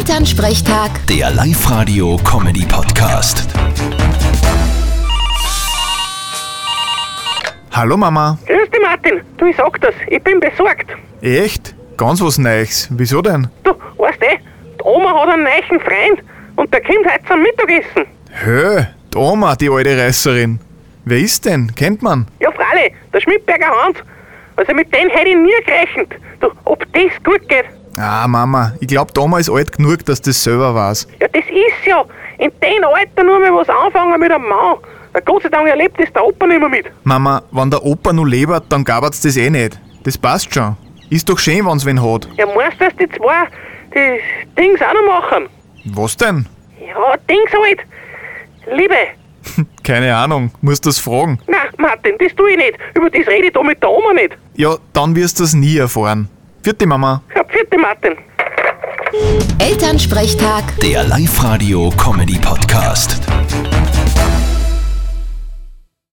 Elternsprechtag, Der Live-Radio-Comedy-Podcast. Hallo Mama. Grüß dich, Martin. Du, ich sag das, ich bin besorgt. Echt? Ganz was Neues. Wieso denn? Du, weißt eh, die Oma hat einen neuen Freund und der kommt heute zum Mittagessen. Hö, die Oma, die alte Reißerin. Wer ist denn? Kennt man? Ja, Frale, der Schmidberger Hans. Also mit dem hätte ich nie gerechnet. Du, ob das gut geht? Ah, Mama, ich glaub, die Oma ist alt genug, dass das selber weiß. Ja, das ist ja. In dem Alter nur mal was anfangen mit einem Mann. Na, Gott sei Dank erlebt das der Opa nicht mehr mit. Mama, wenn der Opa nur lebert, dann gabert's das eh nicht. Das passt schon. Ist doch schön, wenn's wen hat. Ja, meinst du, dass die zwei die Dings auch noch machen? Was denn? Ja, Dings halt. Liebe, Keine Ahnung, muss das fragen. na Martin, das tue ich nicht. Über das rede ich da mit der Oma nicht. Ja, dann wirst du's nie erfahren. Vierte Mama. Ja, vierte Martin. Elternsprechtag. Der Live-Radio-Comedy-Podcast.